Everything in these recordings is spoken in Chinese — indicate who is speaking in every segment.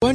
Speaker 1: 关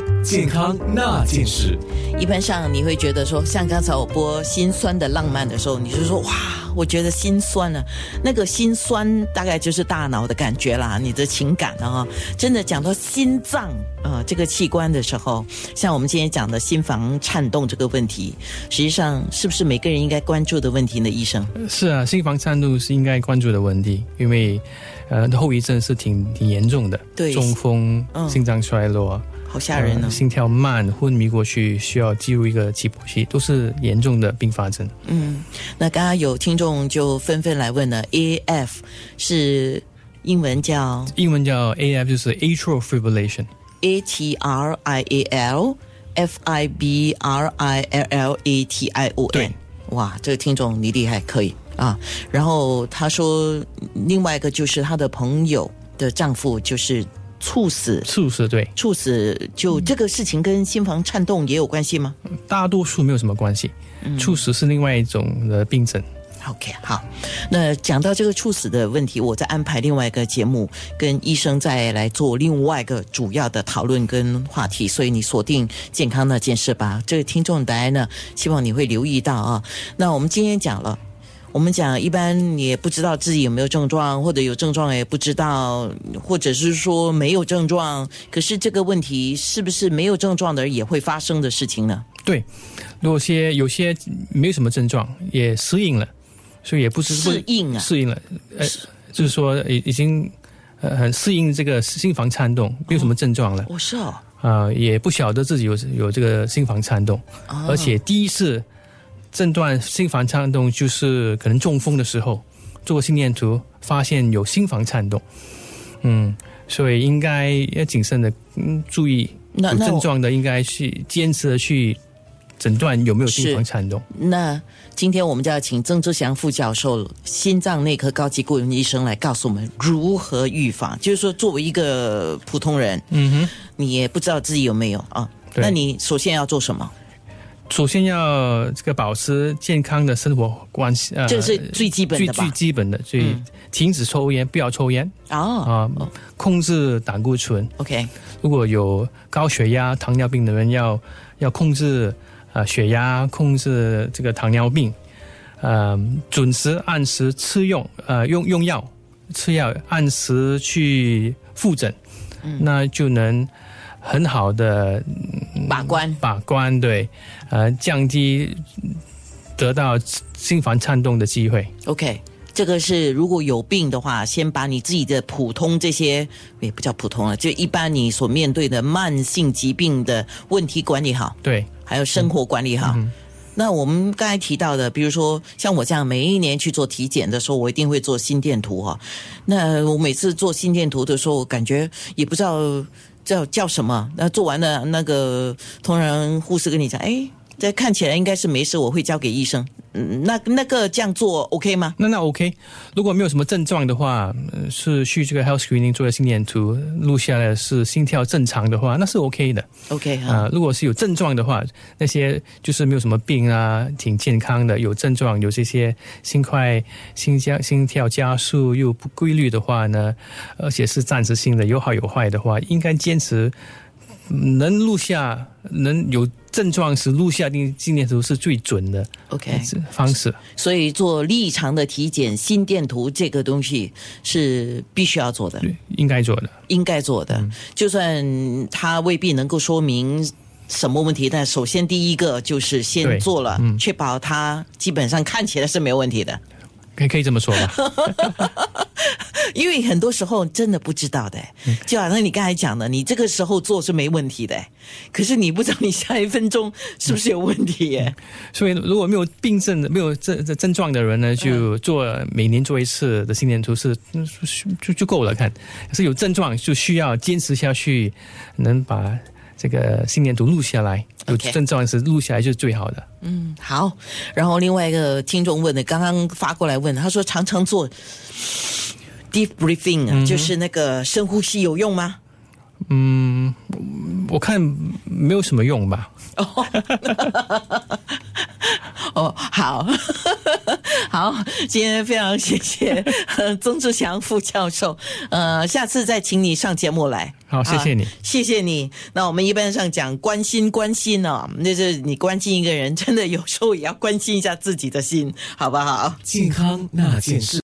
Speaker 1: 健康那件事。
Speaker 2: 一般上你会觉得说，像刚才我播《心酸的浪漫》的时候，你就说哇，我觉得心酸了。那个心酸大概就是大脑的感觉啦，你的情感啊、真的讲到心脏啊、呃这个器官的时候，像我们今天讲的心房颤动这个问题，实际上是不是每个人应该关注的问题呢？医生，
Speaker 3: 是啊，心房颤动是应该关注的问题，因为呃后遗症是挺挺严重的，
Speaker 2: 对
Speaker 3: 中风、
Speaker 2: 嗯
Speaker 3: 心脏衰弱、
Speaker 2: 好吓人啊呢、
Speaker 3: 呃心跳慢、昏迷过去，需要进入一个起搏器，都是严重的并发症。
Speaker 2: 嗯，那刚刚有听众就纷纷来问了，AF 是英文叫
Speaker 3: 英文叫 AF，就是 atrial fibrillation。
Speaker 2: A T R I A L F I B R I L L A T I O
Speaker 3: 对
Speaker 2: N。哇，这个听众你厉害，可以啊。然后他说，另外一个就是他的朋友的丈夫就是猝死，
Speaker 3: 猝死对，
Speaker 2: 猝死就这个事情跟心房颤动也有关系吗
Speaker 3: 大多数没有什么关系。
Speaker 2: 嗯
Speaker 3: 猝死是另外一种的病症。
Speaker 2: ？OK，好。那讲到这个猝死的问题，我再安排另外一个节目跟医生再来做另外一个主要的讨论跟话题，所以你锁定健康那件事吧。这个听众答案呢，希望你会留意到啊。那我们今天讲了。我们讲，一般你也不知道自己有没有症状，或者有症状也不知道，或者是说没有症状。可是这个问题是不是没有症状的人也会发生的事情呢？
Speaker 3: 对，如果些有些没有什么症状，也适应了，所以也不是
Speaker 2: 适应啊
Speaker 3: 适应了，呃，就是说已已经呃很适应这个心房颤动，没有什么症状了，
Speaker 2: 我是哦，
Speaker 3: 啊、也不晓得自己有有这个心房颤动，
Speaker 2: 啊
Speaker 3: 而且第一次诊断心房颤动就是可能中风的时候做心电图发现有心房颤动，嗯，所以应该要谨慎的嗯注意
Speaker 2: 那
Speaker 3: 有
Speaker 2: 那
Speaker 3: 症
Speaker 2: 我
Speaker 3: 状的应该去坚持的去诊断有没有心房颤动。
Speaker 2: 那今天我们就要请曾志祥副教授、心脏内科高级顾问医生来告诉我们如何预防。就是说，作为一个普通人，
Speaker 3: 嗯哼，
Speaker 2: 你也不知道自己有没有啊，
Speaker 3: 对
Speaker 2: 那你首先要做什么？
Speaker 3: 首先要这个保持健康的生活关系，呃，
Speaker 2: 这是最基本
Speaker 3: 最
Speaker 2: 的
Speaker 3: 最
Speaker 2: 吧？嗯
Speaker 3: 基本的，最停止抽烟，不要抽烟
Speaker 2: 哦
Speaker 3: 啊、控制胆固醇。
Speaker 2: ，OK，
Speaker 3: 如果有高血压、糖尿病的人要，要控制呃血压，控制这个糖尿病，呃，准时按时吃用呃用用药，吃药按时去复诊，
Speaker 2: 嗯
Speaker 3: 那就能很好的嗯
Speaker 2: 把关。
Speaker 3: 把关对，呃，降低得到心房颤动的机会。
Speaker 2: OK，这个是如果有病的话，先把你自己的普通这些也不叫普通了，就一般你所面对的慢性疾病的问题管理好。
Speaker 3: 对，
Speaker 2: 还有生活管理好。那我们刚才提到的，比如说像我这样每一年去做体检的时候，我一定会做心电图哈、那我每次做心电图的时候，我感觉也不知道叫叫什么。那做完了那个，通常护士跟你讲，哎，这看起来应该是没事，我会交给医生。嗯，那那个这样做 OK 吗？
Speaker 3: 那那 OK，如果没有什么症状的话，呃是去这个 health screening 做的心电图录下来是心跳正常的话，那是 OK 的
Speaker 2: OK 哈、
Speaker 3: 啊、如果是有症状的话，那些就是没有什么病啊，挺健康的，有症状有这些心快、心加心跳加速又不规律的话呢，而且是暂时性的，有好有坏的话，应该坚持嗯能录下能有症状时录下定心电图是最准的
Speaker 2: OK，
Speaker 3: 方式。
Speaker 2: 所以做立场的体检、心电图这个东西是必须要做的。
Speaker 3: 对，应该做的。
Speaker 2: 应该做的，就算他未必能够说明什么问题，但首先第一个就是先
Speaker 3: 对
Speaker 2: 做了，确保他基本上看起来是没有问题的，
Speaker 3: 可以可以这么说吧，
Speaker 2: 因为很多时候真的不知道的，就好像你刚才讲的，你这个时候做是没问题的，可是你不知道你下一分钟是不是有问题耶？
Speaker 3: 所以如果没有病症的、没有症症状的人呢，就做每年做一次的心电图是嗯就就就够了。看，可是有症状就需要坚持下去，能把这个心电图录下来。有
Speaker 2: OK
Speaker 3: 症状是录下来就是最好的。
Speaker 2: 嗯，好。然后另外一个听众问的，刚刚发过来问，他说常常做 deep breathing 啊，就是那个深呼吸有用吗？
Speaker 3: 我看没有什么用吧。
Speaker 2: 哦，好 好，今天非常谢谢呃曾志强副教授，呃，下次再请你上节目来。啊
Speaker 3: 好谢谢你
Speaker 2: 谢谢你。那我们一般上讲关心关心哦，那是你关心一个人，真的有时候也要关心一下自己的心，好不好？
Speaker 1: 健康那件事。